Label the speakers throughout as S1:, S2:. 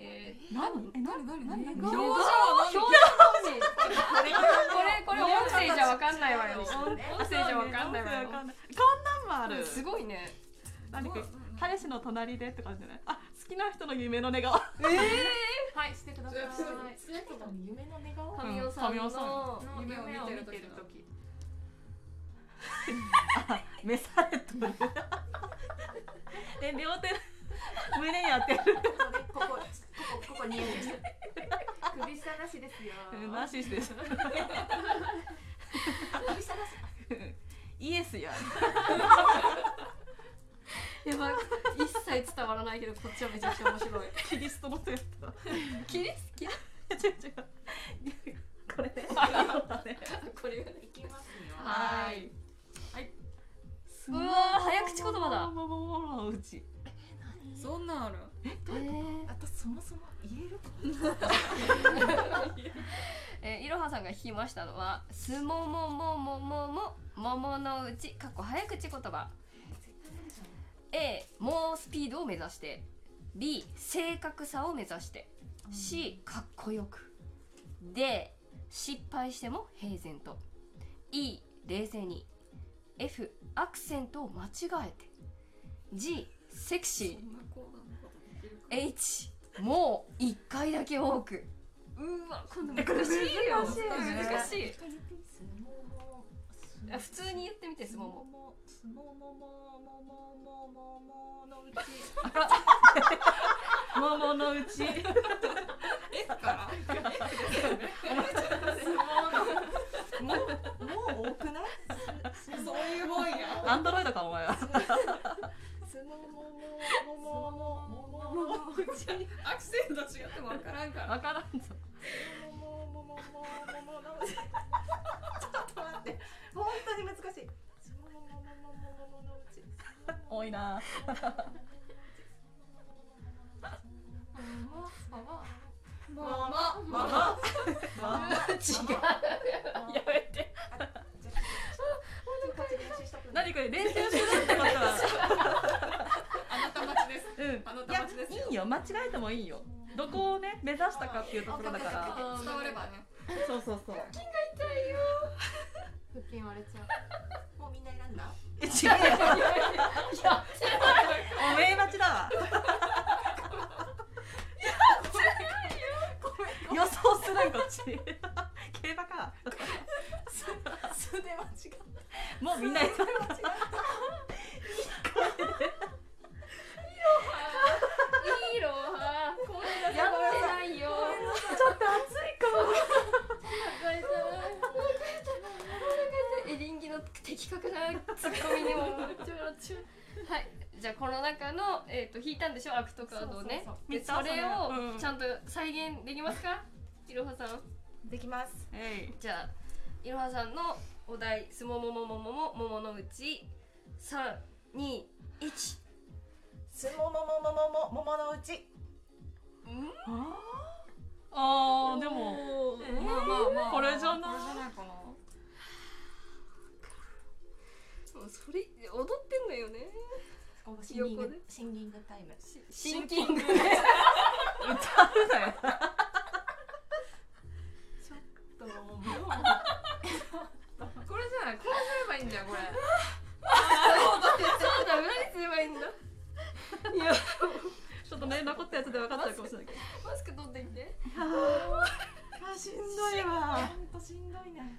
S1: 何え何何何何
S2: 表情表情これこれ音声じゃわかんないわよ。音声じゃわかんないわよ
S3: こ。んなんもある
S2: すごいね。
S3: 何か彼氏の隣でって感じじゃないあ好きな人の夢の願望
S2: はいしてください。
S1: 夢の願
S3: ん
S2: 神尾さん
S3: 神尾さん
S1: の
S2: の夢を見てる
S1: 夢を見てる
S2: 時。
S3: 召されとるで両手胸に当てる
S1: ここここここにして
S2: 首下なしですよ。
S3: なしです
S1: 首下だし
S3: イエスや
S2: やばい一切伝わらないけどこっちはめちゃくちゃ面白い。
S3: キリストの手だった
S2: キリスキリ
S3: 違う違うこれ ね
S2: これがね
S1: いきますよ
S2: はーい。
S3: う
S2: うわー早口言葉だ
S3: もももももうち
S4: そんなんある
S1: あとそもそも言える
S2: えー、いろはさんが弾きましたのは「すもももももも桃のうち」かっこ早口言葉 A 猛スピードを目指して B 正確さを目指して C かっこよく D 失敗しても平然と E 冷静に F アクセントを間違えて G セクシー H もう一回だけ多 くうわこんな難しいよ
S3: 難しい
S2: 難しい
S1: スモ
S2: あ普通に言ってみて
S3: ス
S2: す
S3: モ
S2: も
S3: モ
S2: も
S3: モスモモモモモモモのうちモモのうち
S4: F から
S1: ももう多くない
S4: そういうもんや
S3: アンドロイドかお前は
S1: スモモモモモモモモモ
S4: アクセント違ってもわからんから
S3: わからんぞ
S1: 本当に難しい
S3: 多いな
S4: ママママ
S3: やめて何これ練習しろってことは
S4: あなた待ちです
S3: うん
S4: あなた待ちです
S3: いやいいよ間違えてもいいよどこをね目指したかっていうところだから
S2: あ
S4: 伝わればね
S3: そうそうそう
S2: 腹筋割れちゃう
S1: もうみんな選んだ
S3: え違うよおめえ待ちだわ予想するんこっち競馬か
S1: 素で間違
S3: もうみんなやった
S2: いいろはこれやってない
S3: ち
S2: よ
S3: ょっと暑いかも
S2: これじゃないこれエリンギの的確なツッコミにもはいじゃあこの中の、えー、と引いたんでしょアクトカードをね
S1: そう
S2: で
S3: 見た
S2: それ
S3: それう
S2: を
S3: ん
S2: ちゃんと再現できますかいろはさん
S1: できます
S3: えい
S2: じゃあいろはさんのお題「すもももももももものうち」321
S1: スモモモモモモモのうち
S3: あーでも
S4: まあまあまあ
S3: これじゃない
S4: これじゃないかな
S2: それ踊ってんのよね
S1: シンギングシンギングタイム
S2: シンキ ング
S3: 歌うなよ
S4: これじゃないこうすればいいんじゃんこれ
S2: そうだ、何すればいいんだ。いや、
S3: ちょっとね残ったやつで分かったかもしれないけど
S2: マスク取ってきて。
S1: あしん
S3: しんどいわ
S1: 本当しんどいね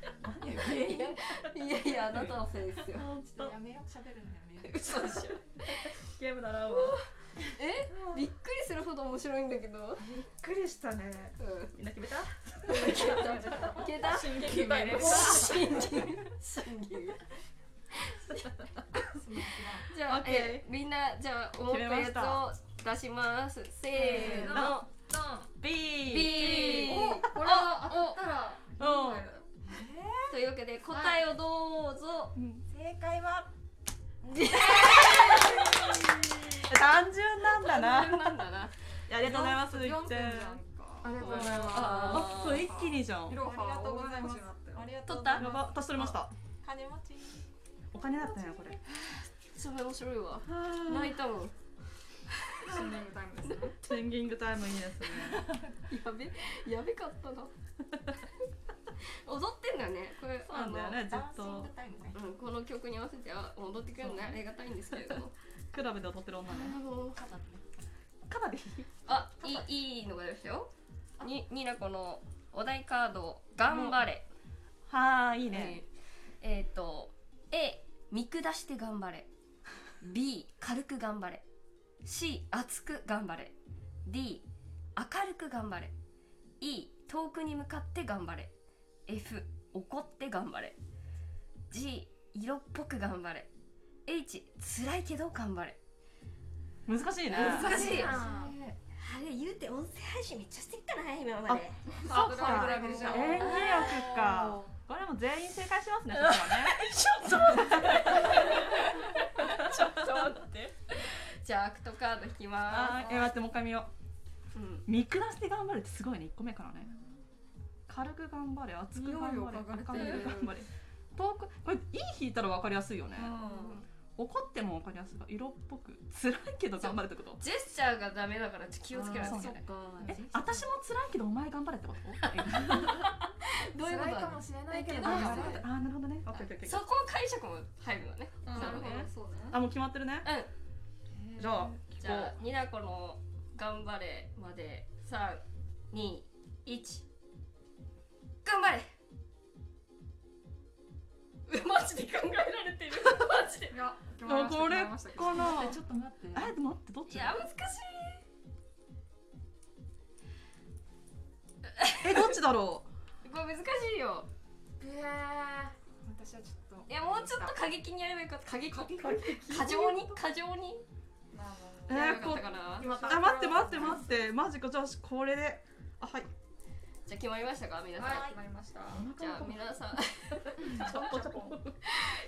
S2: いや、いやいや、あなたのせいですよ。
S3: 本当
S1: やめよう喋るのやめよう
S2: 嘘でしょ。
S3: ゲームだなもう
S2: え、 びっくりするほど面白いんだけ ど。
S3: びっくりしたね
S2: うん。
S3: みんな決めた
S2: いけた。いけた。
S3: 真剣
S4: 決めれば
S2: 真剣。じゃあ、
S3: OK
S2: え、みんな、じゃあ、思ったやつを出します。せーの。
S4: ドン
S3: B
S2: B。
S4: お
S2: これは、お
S4: たら
S3: うん
S2: というわけで、答えをどうぞ。
S1: 正解は
S3: 単純なんだな
S2: 単純なんだな。
S3: ありがとうございます
S4: 四
S3: 一
S4: 点じ
S3: 点
S4: ゃんか
S2: ありがとうございます
S3: あそう一気にじゃん
S4: い
S3: や
S4: ろは
S1: ありがとうございます
S4: 大金持ちになったよ
S1: ありがと
S2: 取
S1: う
S2: っ
S1: ご
S2: た
S1: ざいます
S3: ば足取れました
S1: 金持ち
S3: お金だったねこれ
S2: それ面白いわ。泣いたもん。
S4: シンキングタイムですね
S3: シンキングタイムいいですね
S2: やべやべかった な踊ってんだよねこれ
S3: そうなんだよねず
S1: ダ
S3: っ
S1: ンシン
S3: と
S1: グタイムね
S2: あのうんこの曲に合わせてあ踊ってくれるのねありがたいんですけれど も
S3: クラブで踊ってる女
S2: あ
S3: ね
S2: の
S1: 肩でね
S3: 肩で
S2: あいいいいのが出ましたよにニラコのお題カード「頑張れ
S3: はーいい」
S2: え
S3: ね
S2: ーえーと A 見下して頑張れ B 軽く頑張れ C 熱く頑張れ D 明るく頑張れ E 遠くに向かって頑張れ F 怒って頑張れ G 色っぽく頑張れ H 辛いけど頑張れ
S3: 難しいね
S2: 難しい
S4: あ
S1: あれ言うて音声配信めっちゃしてきたな今
S3: ま
S1: で
S4: ハードル上げられるじゃん
S3: 演技力かこれも全員正解しますねそこはね
S2: じゃあアクトカード引きま
S3: あーえ待ってもう一回見よ
S2: す、うん
S3: う見下して頑張るってすごいね1個目からね軽く頑張れ熱く頑張れ
S4: 匂いを嗅がれ
S2: て
S3: 明るく頑張れ遠くこれいい引いたら分かりやすいよね、怒っても分かりやすいが色っぽく辛いけど頑張るってこと
S2: ジェスチャーがダメだから気をつけないと
S3: あー
S2: い
S3: そ
S2: け
S3: う
S2: な
S3: ね
S2: い
S3: え私も辛いけどお前頑張れってこと
S2: どういうこと
S4: 辛いか
S2: だ
S4: もしれないけど
S2: だ
S4: 頑
S2: けど
S4: 張
S2: そ
S4: れ
S3: あーなるほどねオッケーオッケーオッケー
S2: そこを解釈も入るのね。
S4: うん
S2: なるほど
S4: そうだ
S3: あもう決まってるね
S2: うん。
S4: ね
S3: じゃあ
S2: じゃあ、ニナコの頑張れまで、三、二、一。頑張れ。う マジで考えられてる。 マジで。
S4: いや決まり
S3: あ
S4: ました
S3: これ
S4: 決
S3: か
S4: まり
S3: な
S4: ましたけ
S3: あ
S4: ど
S5: ちょっと待って。
S3: でも待ってどっ
S2: い
S3: ち
S2: や
S3: だ、
S2: 難しい。
S3: えどっちだろ
S2: これ難しいよ。
S4: えー私はちょっと
S2: いや、もうちょっと過激にやればよかった。過激。過剰 に、過剰に。
S4: まあ
S3: え
S4: ま
S3: ー
S2: やればよかったかな
S4: あ。まあ
S3: うあ待って待って待ってマジかじゃあこれであはい
S2: じゃあ、決まりましたか、皆さん。
S4: はい決まりました
S2: じゃあ、皆さん。
S3: ちょっとちょっと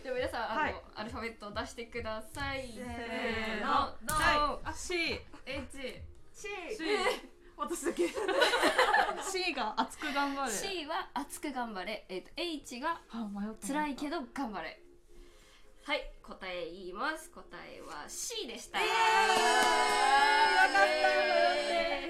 S2: じゃあ皆さんあの、
S3: はい
S2: アルファベットを出してください。せ
S4: ー
S2: の
S4: の、
S2: ドン
S3: はいあ C
S4: H
S3: C 私だけ C が熱く頑張る
S2: C は熱く頑張れ、えー、と H が
S3: あ迷った
S2: 辛いけど頑張れ。はい、答え言います。答えは C でした。
S3: えー、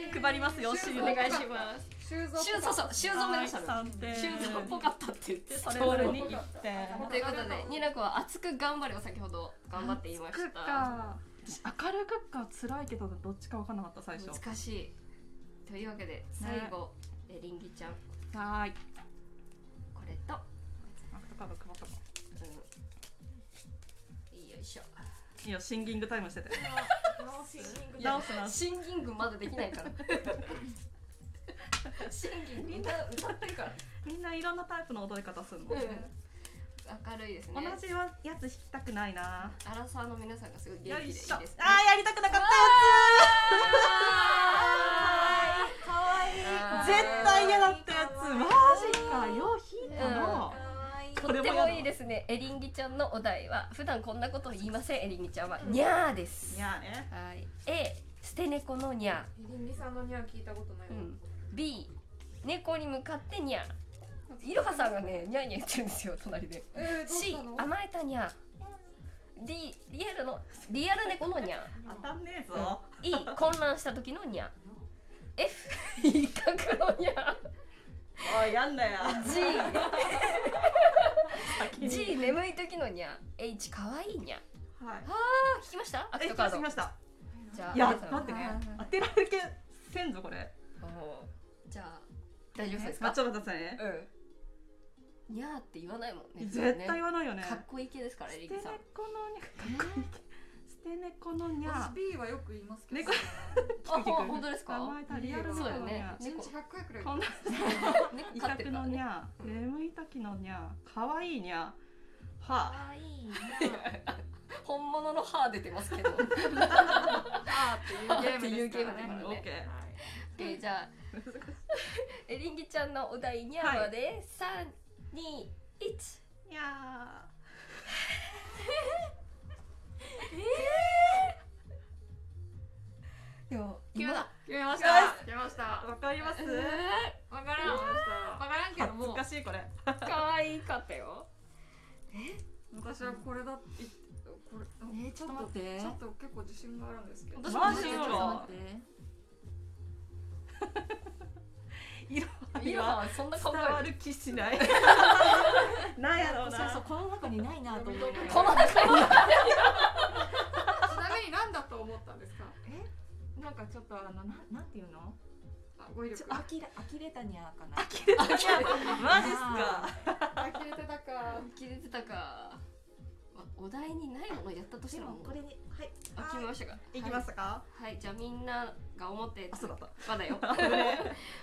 S3: 分かったよ配りますよ C
S2: お願いします。
S4: 修造
S2: シュンそうそう、シュンゾ目指したの。
S3: 3点
S2: シュンゾっぽかったって言って
S3: それぞれに1点
S2: ということで、ニナコは熱く頑張れを先ほど頑張っていました。
S3: 私明るくか辛いけどどっちか分かんなかった最初
S2: 難しい。というわけで最後、えリンギちゃん
S3: はーい
S2: これと。
S3: アクトカード配ったも
S2: うんよいしょ
S3: いいよシンギングタイムしてて
S4: 直し
S2: いや
S3: 直す直す
S2: シンギングまだできないからシンギングみんな歌ってるから、
S3: みんないろんなタイプの踊り方するの、
S2: うん、明るいですね
S3: 同じはやつ弾きたくないな
S2: アラサーの皆さんがすごい元
S3: よ
S2: 気でいい
S3: い
S2: です
S3: しょ
S2: ね
S3: あーやりたくなかったや
S2: かわ
S3: つ
S2: い
S3: 絶対嫌だったやつマジかよう引いたの、
S2: とってもいいですねエリンギちゃんのお題は普段こんなことを言いませんエリンギちゃんはニャーです
S3: いやね
S2: はい A 捨て猫のニャー
S4: リンギさんのには聞いたことないわ、
S2: うん、B 猫に向かってニャーいろはさんがねニャーニャー言ってるんですよ隣で
S4: えー、どう
S2: C
S4: したの
S2: 甘えたニャー D リアルのリアル猫のニャ
S3: 当たんねえぞ、
S2: ー E 混乱した時のニャー F 威嚇のニャ
S3: おいやんだよ
S2: ー
S3: 先
S2: G,
S3: に
S2: G 眠い時のニャー H 可愛いニャー
S3: はい
S2: あ聞きましたアク
S3: え
S2: ト
S3: 来
S2: カ
S3: ま
S2: ー
S3: した
S2: ド
S3: 来ました
S2: じゃあ
S3: いや
S2: 皆さん
S3: 待って
S2: はい
S3: ね当てられるけせんぞこれ
S2: おーじゃあ大丈夫そうです
S3: まあ
S2: か
S3: ちょっと待ってくださいね
S2: うんニャーって言わないもんね
S3: 絶対言わないよね
S2: かっこいい系ですからエ
S3: 捨
S2: リ
S3: て
S2: キさん
S3: 猫のにゃかっこいい捨て猫のにゃ
S4: 私 B はよく言いますけど
S3: 猫
S2: あ、ほ本当ですか。
S3: 名前たリアル
S4: そう
S3: の
S4: だよ
S3: に
S2: ね
S3: ゃ
S4: 一日100回くらい
S3: こんな
S2: 猫
S3: 威
S2: 飼って
S3: 嚇
S2: るか
S3: の
S2: ら
S3: に
S2: ね。
S3: ゃ眠い時のにゃ可愛いにゃは
S1: 可愛い
S2: 本物の歯出てますけど。
S4: あーっていうゲームですから
S2: あーっていうゲームだから
S4: ね
S2: ね
S3: オッケー
S2: え、じゃあ。え、りんぎちゃんのお題にゃーまで、三、二、一。
S3: にゃ
S2: いや、
S4: 決めた決めまし
S3: よ
S4: た決めました
S3: ーわかります
S4: わからんわからんけど
S3: 恥ず
S4: も
S3: かしいこれ
S2: 可愛かったよ。
S4: 私はこれだいとこれあ
S5: えー、ち
S3: ち
S5: ょ
S3: ょ
S5: っ
S3: っ
S5: と待っ
S3: と待ってて
S4: ちょっと結構自信があるんですけど
S2: 私
S3: マジ
S5: ちょっと
S3: か
S5: 待って
S2: いろはそんな考
S3: 伝わ
S2: える
S3: る気しないなんやろう
S5: そうそう
S3: な
S5: この中にないなと思って
S2: この中に
S4: ちなみに何だと思ったんですか
S5: なんかちょっとあのななんていうの
S4: あ語彙
S5: ちょ
S4: 力
S5: あきれあきれたにゃーかな
S3: マジっすか
S4: あ呆れてたか
S2: 切れてたか、まあ、お題にないものやったとし
S5: で
S2: ても
S5: もこれにはい
S2: あ決めましたか
S3: いきましたか
S2: はいじゃあみんなが思って
S3: あそうだった
S2: まだよ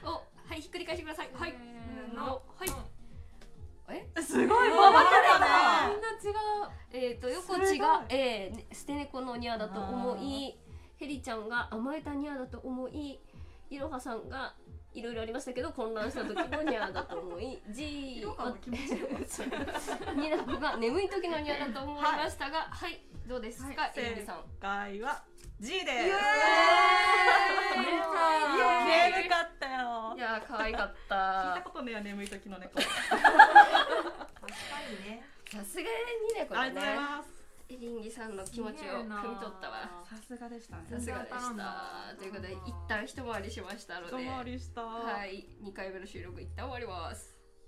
S2: おはいひっくり返してくださいはい
S4: せー
S2: の
S4: の
S2: はい
S3: すごいママ
S5: あ
S4: みんな違う
S2: えっ、と横地が、えーね捨て猫のニャだと思いヘリちゃんが甘えたニャだと思いいろはさんがいろいろありましたけど混乱した時のニャだと思 い G
S4: 色感の気持ちよかった
S2: ニナコが眠い時のニャだと思いましたがはい、どうですか、
S3: はい
S2: エイミさん
S3: 回は G
S5: ーイ
S3: です
S2: イエーイ
S3: 眠かったよ
S2: いやー可愛かっ
S3: 聞いた
S2: た
S3: ことねえよ眠い時の猫
S5: 確かにね
S2: さすがにねこ
S3: あ
S2: れ
S3: りがとうござい
S2: ね
S3: ます
S2: エリンギさんの気持ちを汲み取ったわ
S3: さすがでしたね
S2: さすがで
S4: な
S2: し
S4: ん
S2: た
S4: だ
S2: ということで一旦一回りしましたので
S3: 一回りした
S2: はい2回目の収録一旦終わります